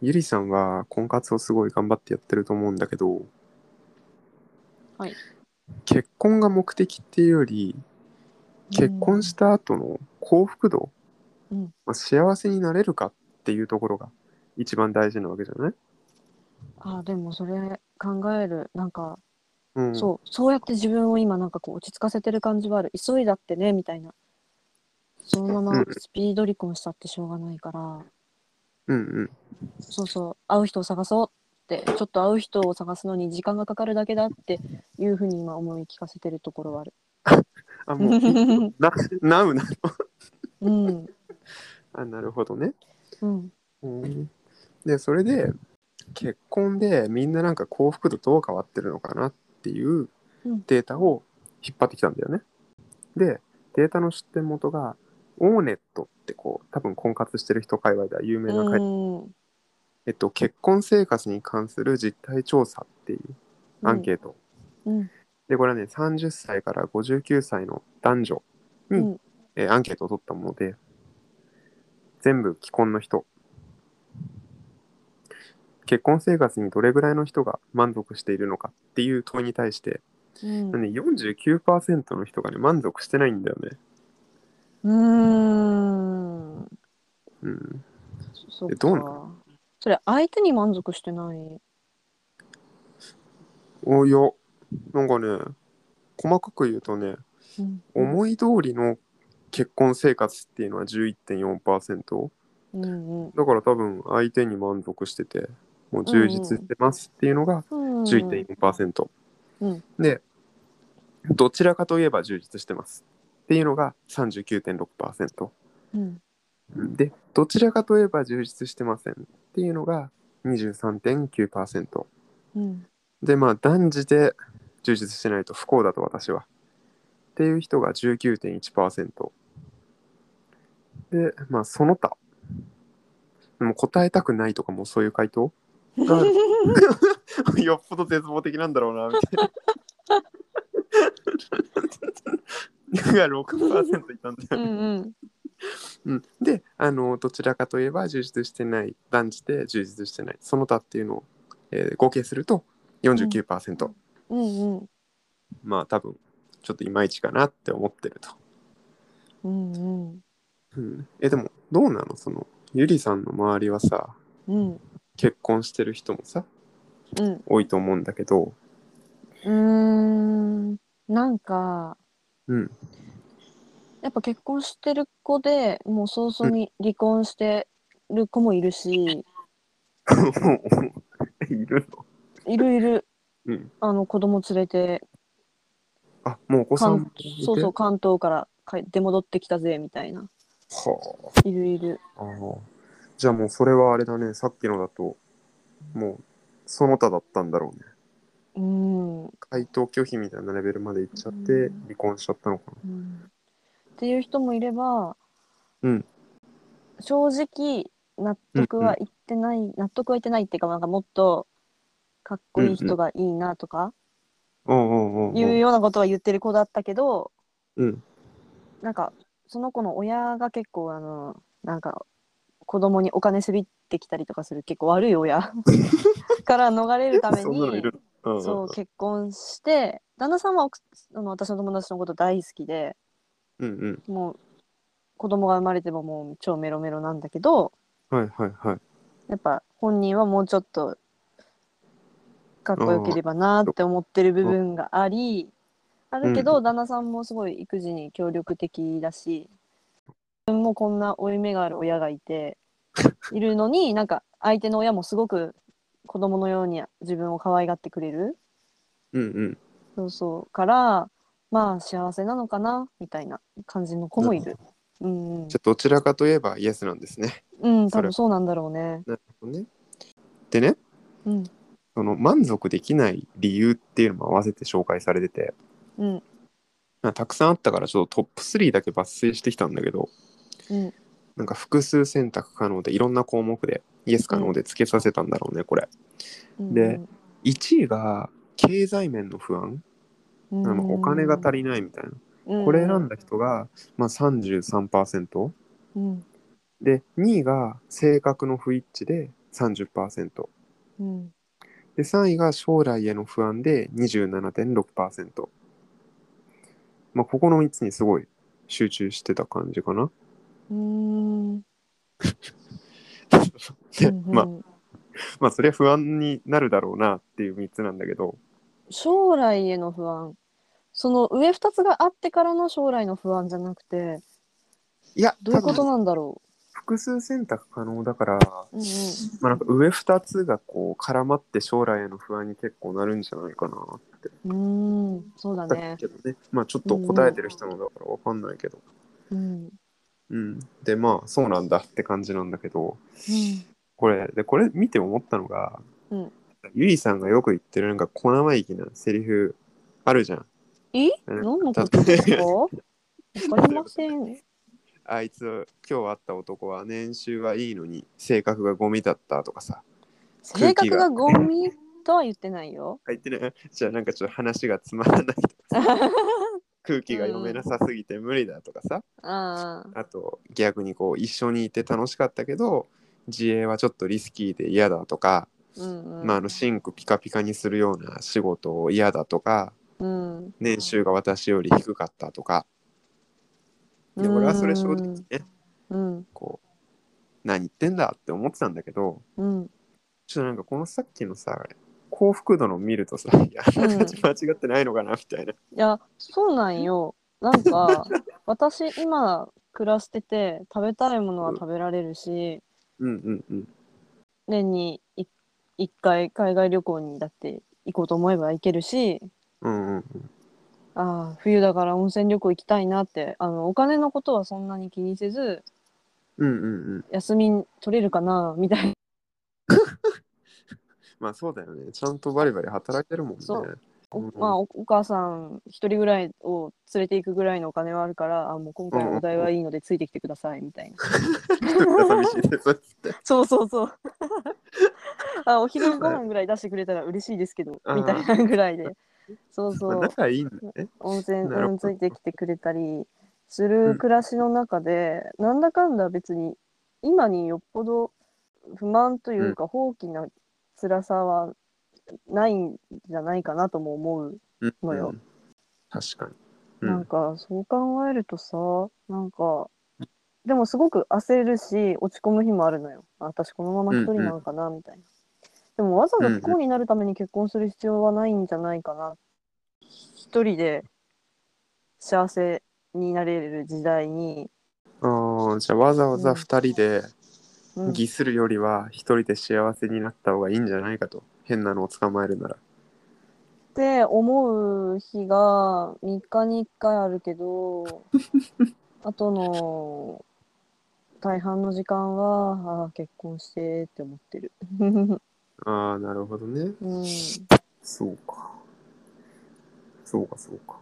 ゆりさんは婚活をすごい頑張ってやってると思うんだけど、はい結婚が目的っていうより結婚した後の幸福度、うんまあ、幸せになれるかっていうところが一番大事なわけじゃない、あーでもそれ考えるなんか、うん、そうそうやって自分を今なんかこう落ち着かせてる感じはある急いだってねみたいなそのまうまんスピード離婚したってしょうがないから、う。うんうん。そうそう会う人を探そうってちょっと会う人を探すのに時間がかかるだけだっていうふうに今思い聞かせてるところはある。あ、もう、 な、なうな。うんあ、なるほどね。うんうん、で、それで、結婚でみんななんか幸福度どう変わってるのかなっていううんデータを引っ張ってきたんだよね。で、データの出典元が、オーネットってこう、多分婚活してる人界隈では有名な会、うんえっと、結婚生活に関する実態調査っていうアンケート。うんで、これはね、30歳から59歳の男女に、うんえーアンケートを取ったもので、全部既婚の人。結婚生活にどれぐらいの人が満足しているのかっていう問いに対して、うんね、49%の人がね、満足してないんだよね。うんうん。そそえうどうなかそれ相手に満足してないおいや、なんかね、細かく言うとね、うん思い通りの結婚生活っていうのは11.4%。うんだから多分相手に満足しててもう充実してますっていうのがうん、 11.4%、うんでどちらかといえば充実してますっていうのが39.6%うんでどちらかといえば充実してませんっていうのが23.9%うんでまあ男児で充実してないと不幸だと私はっていう人が19.1%でまあその他でも答えたくないとかもそういう回答が よっぽど絶望的なんだろうなみたいなが6%いたんだようねんうんうん、であのどちらかといえば充実してない断じて充実してないその他っていうのを、えー合計すると49%、うんまあ多分ちょっといまいちかなって思ってると、うんうんうん、えでもどうなのそのゆりさんの周りはさうん結婚してる人もさうん多いと思うんだけどうんうーんなんかうん やっぱ結婚してる子でもう早々に離婚してる子もいるし、いるのいるいる、うんあの子供連れてあもうお子さんも関そうそう関東から帰って戻ってきたぜみたいなはいるいるああーじゃあもうそれはあれだねさっきのだともうその他だったんだろうねうん回答拒否みたいなレベルまで行っちゃってうん離婚しちゃったのかなっていう人もいれば、うん正直納得はいってない、納得はいってないっていうかなんかもっとかっこいい人がいいなとかうんうんうんいうようなことは言ってる子だったけど、うんなんかその子の親が結構あのなんか子供にお金すびってきたりとかする結構悪い 親から逃れるためそんなのいにるのうんそう結婚して旦那さんは奥あの私の友達のこと大好きで。うんうんもう子供が生まれてももう超メロメロなんだけどはいはいはいやっぱ本人はもうちょっとかっこよければなーって思ってる部分がありあるけど旦那さんもすごい育児に協力的だし自分もこんな負い目がある親がいているのになんか相手の親もすごく子供のように自分を可愛がってくれるうんうんそうそうからまあ幸せなのかなみたいな感じの子もいる。うんうんじゃあどちらかといえばイエスなんですね。うん、そ多れ分そうなんだろうね。なるほどね。でね、うん、その満足できない理由っていうのも合わせて紹介されてて、うん、まあたくさんあったからちょっとトップ3だけ抜粋してきたんだけど、うん、なんか複数選択可能でいろんな項目でイエス可能で付けさせたんだろうね、これ。うん。で1位が経済面の不安、うん、なんかお金が足りないみたいな。うん、これ選んだ人が、まあ、33%。うん、で、2位が性格の不一致で30%うんで3位が将来への不安で27.6%まあここの3つにすごい集中してた感じか なうーんでうんうんまあまあそれは不安になるだろうなっていう3つなんだけど将来への不安その上2つがあってからの将来の不安じゃなくていやどういうこ多と分なんだろ複数選択可能だから、う、うんうん、まあ、なんか上2つがこう絡まって将来への不安に結構なるんじゃないかなってうーん、そうだだね。けどねまあちょっと答えてる人もだから分かんないけど、うん。うん、でまあそうなんだって感じなんだけどこれでこれ見て思ったのが、うんゆりさんがよく言ってるなんか小生意気なセリフあるじゃんえうん何のことで すかわかりません。あいつ今日会った男は年収はいいのに性格がゴミだったとかさ性格がゴミとは言ってないよ。入ってない じゃあなんかちょっと話がつまらないとかさ空気が読めなさすぎて無理だとかさ、 ああ。あと逆にこう一緒にいて楽しかったけど自営はちょっとリスキーで嫌だとか、うんうん。まあ、あのシンクピカピカにするような仕事を嫌だとかうん。年収が私より低かったとかで俺はそれ正直ねうん。こう何言ってんだって思ってたんだけど うん。ちょっとなんかこのさっきのさ幸福度の見るとさいやうんあなたた ち間違ってないのかなみたいな。いや、そうなんよ。なんか、私今暮らしてて、食べたいものは食べられるし、うんうんうん年にい一回海外旅行にだって行こうと思えば行けるし、うんうんああ冬だから温泉旅行行きたいなってあのお金のことはそんなに気にせずうんうんうん休み取れるかなみたいなまあそうだよねちゃんとバリバリ働いてるもんねそうお,、うんまあ、おお母さん一人ぐらいを連れていくぐらいのお金はあるからあもう今回はお代はいいのでついてきてくださいみたいな、 寂しいですって そうそ うそうあお昼ご飯ぐらい出してくれたら嬉しいですけどあーみたいなぐらいでそうまあそう仲いいんだね温泉なるほうんどついてきてくれたりする暮らしの中で、なんだかんだ別に今によっぽど不満というか、放棄な辛さはないんじゃないかなとも思う、うんのようん確かにうなんんかそう考えるとさなんかでもすごく焦るし落ち込む日もあるのよあ私このまま一人なのかなみたいな、でもわざわざ不幸になるために結婚する必要はないんじゃないかな、一人で幸せになれる時代に、ああじゃあわざわざ二人でうん儀するよりは一人で幸せになった方がいいんじゃないかと変なのを捕まえるならって思う日が3日に1回あるけどあとの大半の時間はああ結婚してって思ってる。ああなるほどねうんそうかそうかそうか